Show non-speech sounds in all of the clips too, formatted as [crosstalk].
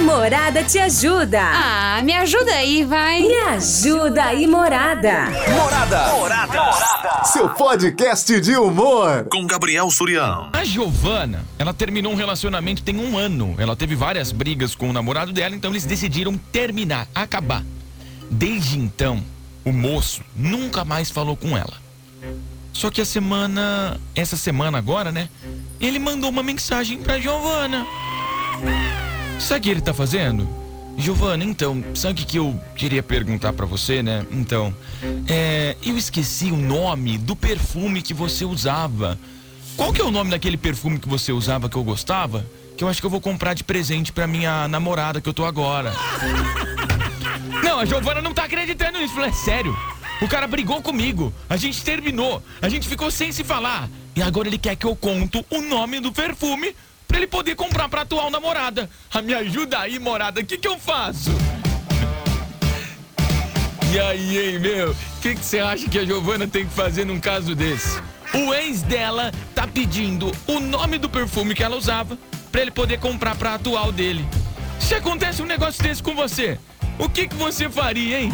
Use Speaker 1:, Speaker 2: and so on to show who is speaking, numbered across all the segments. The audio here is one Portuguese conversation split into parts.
Speaker 1: Morada te ajuda.
Speaker 2: Ah, me ajuda aí, vai.
Speaker 1: Me ajuda aí, Morada.
Speaker 3: Morada. Morada.
Speaker 4: Seu podcast de humor.
Speaker 3: Com Gabriel Surião.
Speaker 5: A Giovana, ela terminou um relacionamento tem um ano. Ela teve várias brigas com o namorado dela, então eles decidiram terminar, acabar. Desde então, o moço nunca mais falou com ela. Só que a semana, essa semana agora, né? Ele mandou uma mensagem pra Giovana. Sabe o que ele tá fazendo? Giovana, então, sabe o que que eu queria perguntar pra você, né? Então, é, eu esqueci o nome do perfume que você usava. Qual que é o nome daquele perfume que você usava que eu gostava? Que eu acho que eu vou comprar de presente pra minha namorada que eu tô agora. Não, a Giovana não tá acreditando nisso. Falei, é sério. O cara brigou comigo. A gente terminou. A gente ficou sem se falar. E agora ele quer que eu conto o nome do perfume pra ele poder comprar pra atual namorada. Ah, me ajuda aí, morada. O que que eu faço? E aí, hein, meu? O que que você acha que a Giovana tem que fazer num caso desse? O ex dela tá pedindo o nome do perfume que ela usava pra ele poder comprar pra atual dele. Se acontece um negócio desse com você, o que que você faria, hein?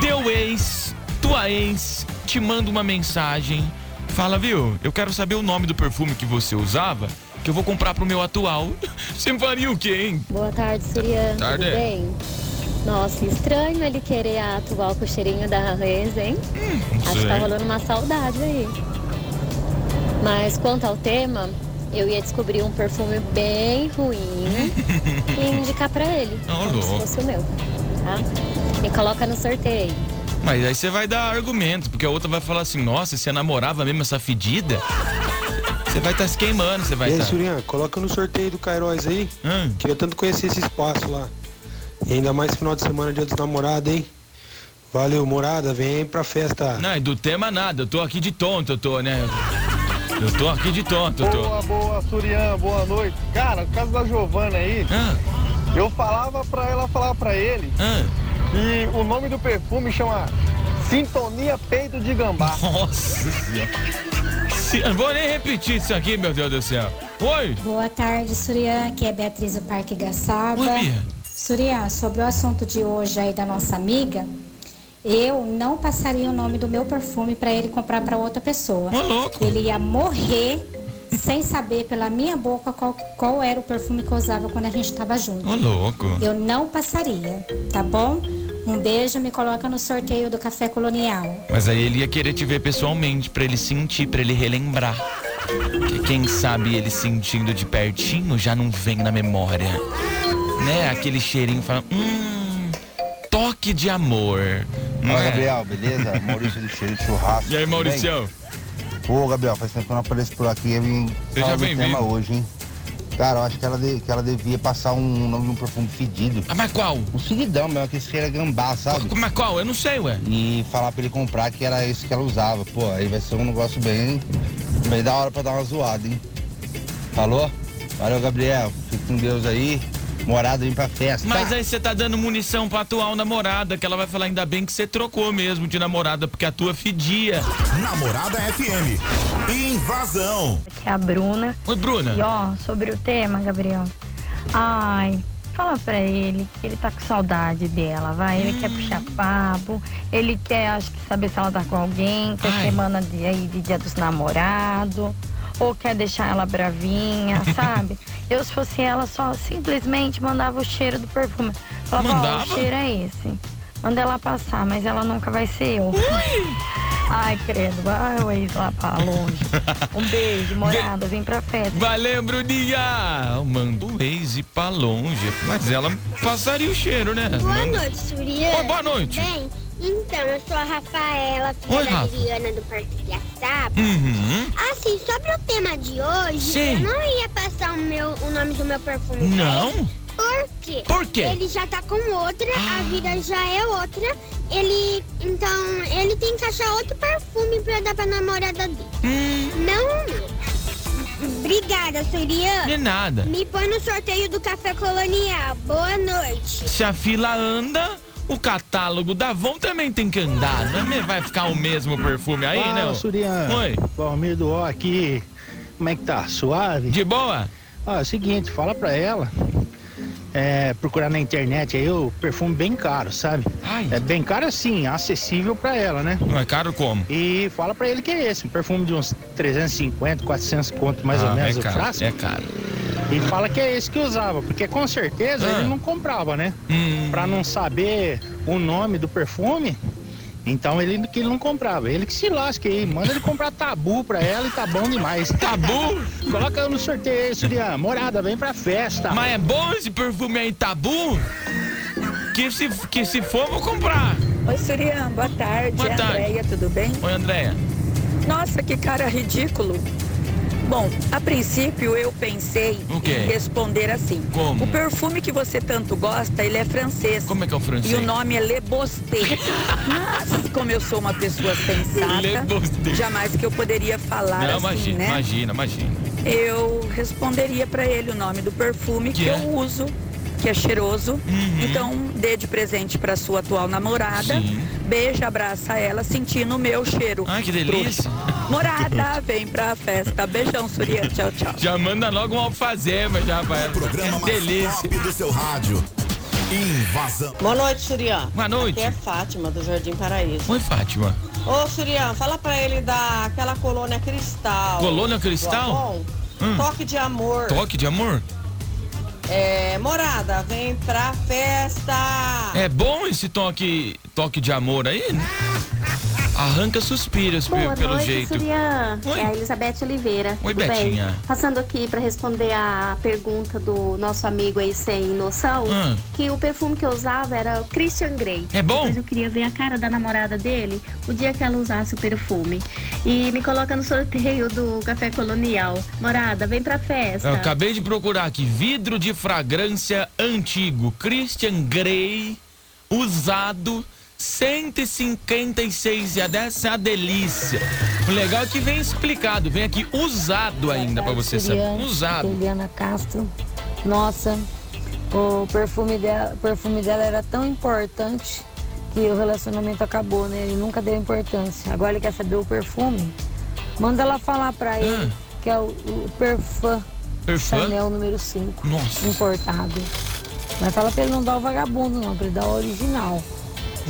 Speaker 5: Teu ex, tua ex, te manda uma mensagem. Fala, viu? Eu quero saber o nome do perfume que você usava, que eu vou comprar pro meu atual. [laughs] Você faria o quê, hein?
Speaker 6: Boa tarde, Sirian.
Speaker 5: Tarde.
Speaker 6: Tudo bem? Nossa, estranho ele querer a atual com o cheirinho da Rarrez, hein? Acho que tá rolando uma saudade aí. Mas quanto ao tema, eu ia descobrir um perfume bem ruim
Speaker 5: [laughs]
Speaker 6: e indicar pra ele.
Speaker 5: Ô,
Speaker 6: como se
Speaker 5: louco.
Speaker 6: fosse o meu, tá? Me coloca no sorteio.
Speaker 5: Mas aí você vai dar argumento, porque a outra vai falar assim: nossa, você namorava mesmo essa fedida? Você vai estar se queimando, você vai tá."
Speaker 7: E aí,
Speaker 5: estar.
Speaker 7: Surian, coloca no sorteio do Cairóis aí.
Speaker 5: Hum.
Speaker 7: Queria tanto conhecer esse espaço lá. E ainda mais final de semana, dia dos namorados, hein? Valeu, morada, vem pra festa.
Speaker 5: Não, e do tema nada, eu tô aqui de tonto, eu tô, né? Eu tô aqui de tonto, eu tô.
Speaker 8: Boa, boa, Surian, boa noite. Cara, no caso da Giovana aí,
Speaker 5: Ah,
Speaker 8: eu falava pra ela falar pra ele
Speaker 5: ah,
Speaker 8: e o nome do perfume chama Sintonia Peito de Gambá.
Speaker 5: nossa. Se- eu vou nem repetir isso aqui, meu Deus do céu. Oi?
Speaker 9: Boa tarde, Surian. Aqui é Beatriz do Parque Gaçada.
Speaker 5: Oi, Bia.
Speaker 9: Surian, sobre o assunto de hoje aí da nossa amiga, eu não passaria o nome do meu perfume para ele comprar para outra pessoa.
Speaker 5: Ô, louco.
Speaker 9: Ele ia morrer sem saber pela minha boca qual, qual era o perfume que eu usava quando a gente estava junto.
Speaker 5: Ô, louco.
Speaker 9: Eu não passaria, tá bom? Um beijo, me coloca no sorteio do Café Colonial.
Speaker 5: Mas aí ele ia querer te ver pessoalmente, pra ele sentir, pra ele relembrar. Porque quem sabe ele sentindo de pertinho já não vem na memória. Né? Aquele cheirinho fala, hum, toque de amor. Não é?
Speaker 8: beleza? Maurício do Cheiro de Churrasco.
Speaker 5: E aí, Mauricião?
Speaker 8: Ô, Gabriel, faz tempo que eu não apareço por aqui. Eu vim
Speaker 5: Seja falar do bem-vindo. tema
Speaker 8: hoje, hein? Cara, eu acho que ela, que ela devia passar um nome de um perfume fedido.
Speaker 5: Ah, mas qual?
Speaker 8: Um seguidão mesmo, que cheira gambá, sabe?
Speaker 5: Mas qual? Eu não sei, ué.
Speaker 8: e falar pra ele comprar que era isso que ela usava. Pô, aí vai ser um negócio bem, bem da hora pra dar uma zoada, hein? Falou? Valeu, Gabriel. Fique com Deus aí. Morada, vem pra festa.
Speaker 5: Mas aí você tá dando munição pra atual namorada, que ela vai falar, ainda bem que você trocou mesmo de namorada, porque a tua fedia.
Speaker 4: Namorada FM. Invasão.
Speaker 10: que é a Bruna.
Speaker 5: Oi, Bruna.
Speaker 10: E ó, sobre o tema, Gabriel. Ai, fala pra ele que ele tá com saudade dela, vai. Ele quer puxar
Speaker 5: Hum.
Speaker 10: papo, ele quer, acho que, saber se ela tá com alguém, que
Speaker 5: Ai.
Speaker 10: é semana de, aí de dia dos namorados, ou quer deixar ela bravinha,
Speaker 5: [laughs]
Speaker 10: sabe? Eu, se fosse ela, só simplesmente mandava o cheiro do perfume. Falava, ó,
Speaker 5: Mandava?
Speaker 10: o cheiro é esse. Manda ela passar, mas ela nunca vai ser eu. Ai, credo, vai o ex lá pra longe. Um beijo, morada, vem pra festa.
Speaker 5: Valeu, Bruninha! Manda o Waze pra longe. Mas ela passaria o cheiro, né?
Speaker 11: Boa
Speaker 5: Manda-
Speaker 11: noite, Surian.
Speaker 5: Oi, boa noite.
Speaker 11: Bem, então, eu sou a Rafaela, filha
Speaker 5: Oi,
Speaker 11: da
Speaker 5: Rafa.
Speaker 11: Adriana do Parque Piaçaba.
Speaker 5: Uhum.
Speaker 11: Assim, sobre o tema de hoje,
Speaker 5: Sim.
Speaker 11: eu não ia passar o, meu, o nome do meu perfume. né? pra
Speaker 5: Não?
Speaker 11: ele, Porque
Speaker 5: Por quê?
Speaker 11: ele já tá com outra,
Speaker 5: Ah.
Speaker 11: a vida já é outra. Ele, então, ele tem que achar outro perfume pra dar pra namorada dele.
Speaker 5: Hum,
Speaker 11: Não o meu. Obrigada, Surian.
Speaker 5: de nada.
Speaker 11: Me põe no sorteio do Café Colonial. Boa noite.
Speaker 5: Se a fila anda, o catálogo da Avon também tem que andar, né? Vai ficar o mesmo perfume aí,
Speaker 8: Fala,
Speaker 5: não?
Speaker 8: Surian.
Speaker 5: Oi,
Speaker 8: Palmeiras do O aqui. Como é que tá? Suave?
Speaker 5: de boa?
Speaker 8: Ah, é o seguinte, fala pra ela
Speaker 9: é, procurar na internet aí o perfume bem caro, sabe? É bem caro assim, acessível pra ela, né?
Speaker 5: Não é caro como?
Speaker 9: E fala pra ele que é esse, um perfume de uns 350, 400 conto mais
Speaker 5: Ah,
Speaker 9: ou menos
Speaker 5: é
Speaker 9: o
Speaker 5: caro,
Speaker 9: frasco.
Speaker 5: é caro. Ah.
Speaker 9: E fala que é esse que usava, porque com certeza ele não comprava, né?
Speaker 5: Hum.
Speaker 9: Pra não saber o nome do perfume, então ele que ele não comprava. Ele que se lasque aí, manda ele comprar tabu pra ela e tá bom demais.
Speaker 5: Tabu?
Speaker 9: Coloca eu no sorteio aí, Surian. Morada, vem pra festa.
Speaker 5: Mas é bom esse perfume aí, tabu? Que se, que se for, vou comprar.
Speaker 12: Oi, Surian, boa tarde.
Speaker 5: Boa
Speaker 12: É a
Speaker 5: tarde.
Speaker 12: Andréia, tudo bem?
Speaker 5: Oi, Andréia.
Speaker 12: Nossa, que cara ridículo. Bom, a princípio eu pensei
Speaker 5: O quê?
Speaker 12: em responder assim.
Speaker 5: Como?
Speaker 12: O perfume que você tanto gosta, ele é francês.
Speaker 5: Como é que é o francês?
Speaker 12: E o nome é Le Bosté. Mas, como eu sou uma pessoa
Speaker 5: Le Bosté.
Speaker 12: sensata, jamais que eu poderia falar
Speaker 5: Não,
Speaker 12: assim,
Speaker 5: imagina,
Speaker 12: né?
Speaker 5: imagina, imagina.
Speaker 12: Eu responderia pra ele o nome do perfume que,
Speaker 5: Que é?
Speaker 12: eu uso, que é cheiroso.
Speaker 5: Uhum.
Speaker 12: Então, dê de presente pra sua atual namorada. Beija, abraça ela, sentindo o meu cheiro.
Speaker 5: assim. Ai, que delícia.
Speaker 12: Morada, vem pra festa. Beijão, Surya. Tchau, tchau.
Speaker 5: Já manda logo um alfazema, já, rapaz.
Speaker 4: programa
Speaker 5: que delícia.
Speaker 4: do seu rádio. Invasão.
Speaker 13: Boa noite, Surian.
Speaker 5: Boa noite.
Speaker 13: Aqui é Fátima, do Jardim Paraíso.
Speaker 5: Oi, Fátima.
Speaker 13: Ô, Surian, fala pra ele daquela colônia cristal.
Speaker 5: Colônia Cristal?
Speaker 13: Do Avon.
Speaker 5: Hum.
Speaker 13: Toque de amor.
Speaker 5: Toque de amor?
Speaker 13: É, morada, vem pra festa.
Speaker 5: É bom esse toque, toque de amor aí? Arranca suspiros, pe-
Speaker 14: Boa
Speaker 5: pelo
Speaker 14: noite,
Speaker 5: jeito.
Speaker 14: Surian. É a Elizabeth Oliveira.
Speaker 5: Oi,
Speaker 14: Tudo bem?
Speaker 5: Betinha.
Speaker 14: Passando aqui para responder a pergunta do nosso amigo aí sem noção,
Speaker 5: Hum.
Speaker 14: que o perfume que eu usava era o Christian Grey.
Speaker 5: É bom?
Speaker 14: Mas eu queria ver a cara da namorada dele o dia que ela usasse o perfume. E me coloca no sorteio do Café Colonial. Morada, vem pra festa.
Speaker 5: Eu acabei de procurar aqui. Vidro de fragrância antigo. Christian Grey. Usado. 156 reais. Essa é a delícia. O legal é que vem explicado. Vem aqui usado ainda pra você saber.
Speaker 10: Juliana,
Speaker 5: Usado.
Speaker 10: Juliana Castro. Nossa, o perfume dela, o perfume dela era tão importante que o relacionamento acabou, né? Ele nunca deu importância. Agora ele quer saber o perfume. Manda ela falar pra ele que é o, o Perfum
Speaker 5: Perfum?
Speaker 10: Chanel número 5.
Speaker 5: Nossa.
Speaker 10: Importado. Mas fala pra ele não dar o vagabundo, não, pra ele dar o original.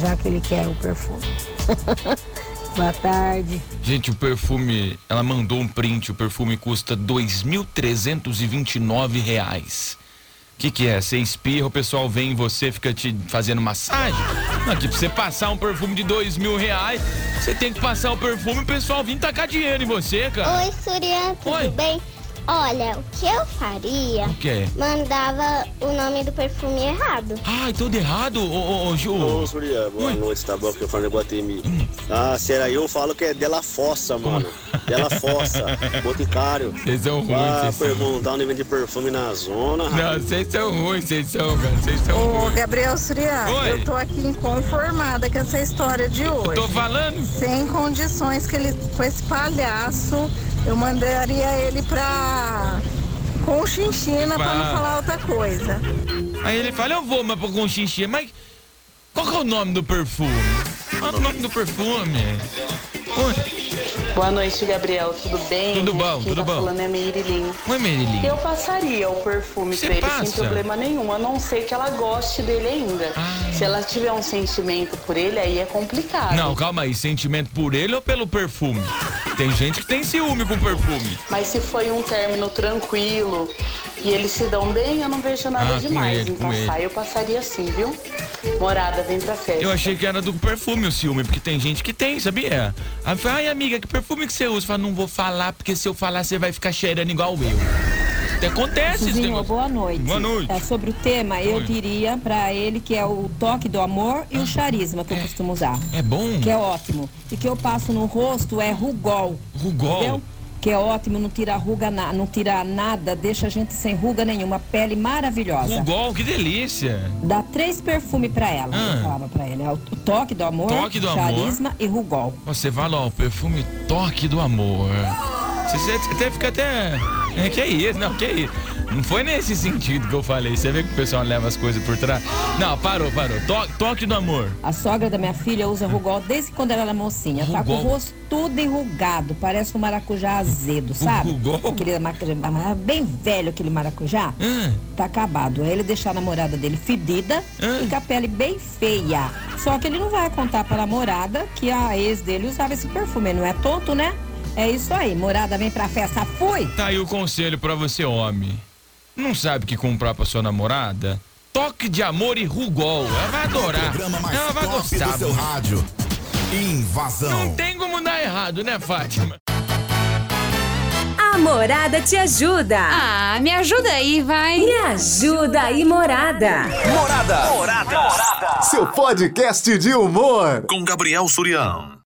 Speaker 10: Já que ele quer o perfume. [laughs] Boa tarde.
Speaker 5: Gente, o perfume. Ela mandou um print. O perfume custa R$ 2.329 reais. O que, que é? Você espirra, o pessoal vem em você, fica te fazendo massagem? Não, aqui pra você passar um perfume de dois mil reais, você tem que passar o perfume e o pessoal vem tacar dinheiro em você, cara.
Speaker 15: Oi, Surya, tudo bem? Olha, o que eu faria?
Speaker 5: O é? quê?
Speaker 15: Mandava o nome do perfume errado.
Speaker 5: Ah, então de errado, ô, ô, ô Ju.
Speaker 7: Ô, Surya, boa noite, tá bom? Que eu falo Guatemi. Ah, será? Eu falo que é Della Fossa, mano. Della Fossa, boticário.
Speaker 5: Vocês são ruins,
Speaker 7: Ah,
Speaker 5: vocês são
Speaker 7: perguntar onde vende perfume na zona,
Speaker 5: Não, vocês são ruins, vocês são, cara. Vocês são
Speaker 16: Ô,
Speaker 5: ruins.
Speaker 16: Gabriel Surian,
Speaker 5: Oi.
Speaker 16: eu tô aqui inconformada com essa história de hoje.
Speaker 5: Tô falando?
Speaker 16: Sem condições que ele, com esse palhaço, eu mandaria ele pra Conchinchina pra
Speaker 5: Pá.
Speaker 16: não falar outra coisa.
Speaker 5: Aí ele fala, eu vou, mas pro com xixi, mas qual que é o nome do perfume? Qual é o nome do perfume?
Speaker 17: Boa noite, Gabriel. Tudo bem?
Speaker 5: Tudo bom,
Speaker 17: Quem
Speaker 5: tudo
Speaker 17: tá
Speaker 5: bom.
Speaker 17: falando é Meirilinho.
Speaker 5: Oi, Merilin.
Speaker 17: Eu passaria o perfume
Speaker 5: Você
Speaker 17: pra ele
Speaker 5: passa?
Speaker 17: sem problema nenhum, a não ser que ela goste dele ainda.
Speaker 5: Ah.
Speaker 17: Se ela tiver um sentimento por ele, aí é complicado.
Speaker 5: Não, calma aí, sentimento por ele ou pelo perfume? Tem gente que tem ciúme com perfume.
Speaker 17: Mas se foi um término tranquilo e eles se dão bem, eu não vejo nada
Speaker 5: Ah, com
Speaker 17: demais.
Speaker 5: ele,
Speaker 17: então
Speaker 5: com ele.
Speaker 17: sai, eu passaria sim, viu? Morada, vem pra festa.
Speaker 5: Eu achei que era do perfume o ciúme, porque tem gente que tem, sabia? Aí fala, ai amiga, que perfume que você usa? Fala, não vou falar, porque se eu falar, você vai ficar cheirando igual eu. Até acontece isso,
Speaker 18: Zuzinho, boa noite.
Speaker 5: Boa noite.
Speaker 18: É, sobre o tema, eu
Speaker 5: Oi.
Speaker 18: diria pra ele que é o toque do amor
Speaker 5: Ah.
Speaker 18: e o charisma que eu costumo usar.
Speaker 5: É bom?
Speaker 18: Que é ótimo. E que eu passo no rosto é rugol.
Speaker 5: Rugol?
Speaker 18: Que é ótimo, não tira ruga, na- não tira nada, deixa a gente sem ruga nenhuma, pele maravilhosa.
Speaker 5: Rugol, que delícia.
Speaker 18: Dá três perfumes pra ela,
Speaker 5: Ah.
Speaker 18: eu falava pra ele. É o toque do amor,
Speaker 5: Toque do amor.
Speaker 18: charisma e rugol.
Speaker 5: Você fala, ó, o perfume toque do amor. Você, você até fica até É, que é isso, não, que é isso. Não foi nesse sentido que eu falei. Você vê que o pessoal leva as coisas por trás. Não, parou, parou. To- toque do amor.
Speaker 12: A sogra da minha filha usa rugol desde quando ela era mocinha. Tá com o
Speaker 5: Rugol?
Speaker 12: rosto todo enrugado, parece um maracujá
Speaker 5: Um
Speaker 12: azedo, sabe? Aquele maracujá, é bem velho aquele maracujá. Tá acabado. Aí Ele deixa a namorada dele fedida e com a pele bem feia. Só que ele não vai contar pra namorada que a ex dele usava esse perfume. Ele não é tonto, né? É isso aí. Morada, vem pra festa. Fui!
Speaker 5: Tá aí o conselho pra você, homem. Não sabe o que comprar pra sua namorada? Toque de amor e rugol. Ela vai adorar. Ela vai
Speaker 4: Top
Speaker 5: gostar.
Speaker 4: do seu
Speaker 5: mano.
Speaker 4: rádio. Invasão.
Speaker 5: Não tem como dar errado, né, Fátima?
Speaker 1: A Morada te ajuda. Ah, me ajuda aí, vai. Me ajuda aí, Morada.
Speaker 3: Morada. Morada.
Speaker 19: Seu podcast de humor.
Speaker 3: Com Gabriel Surião.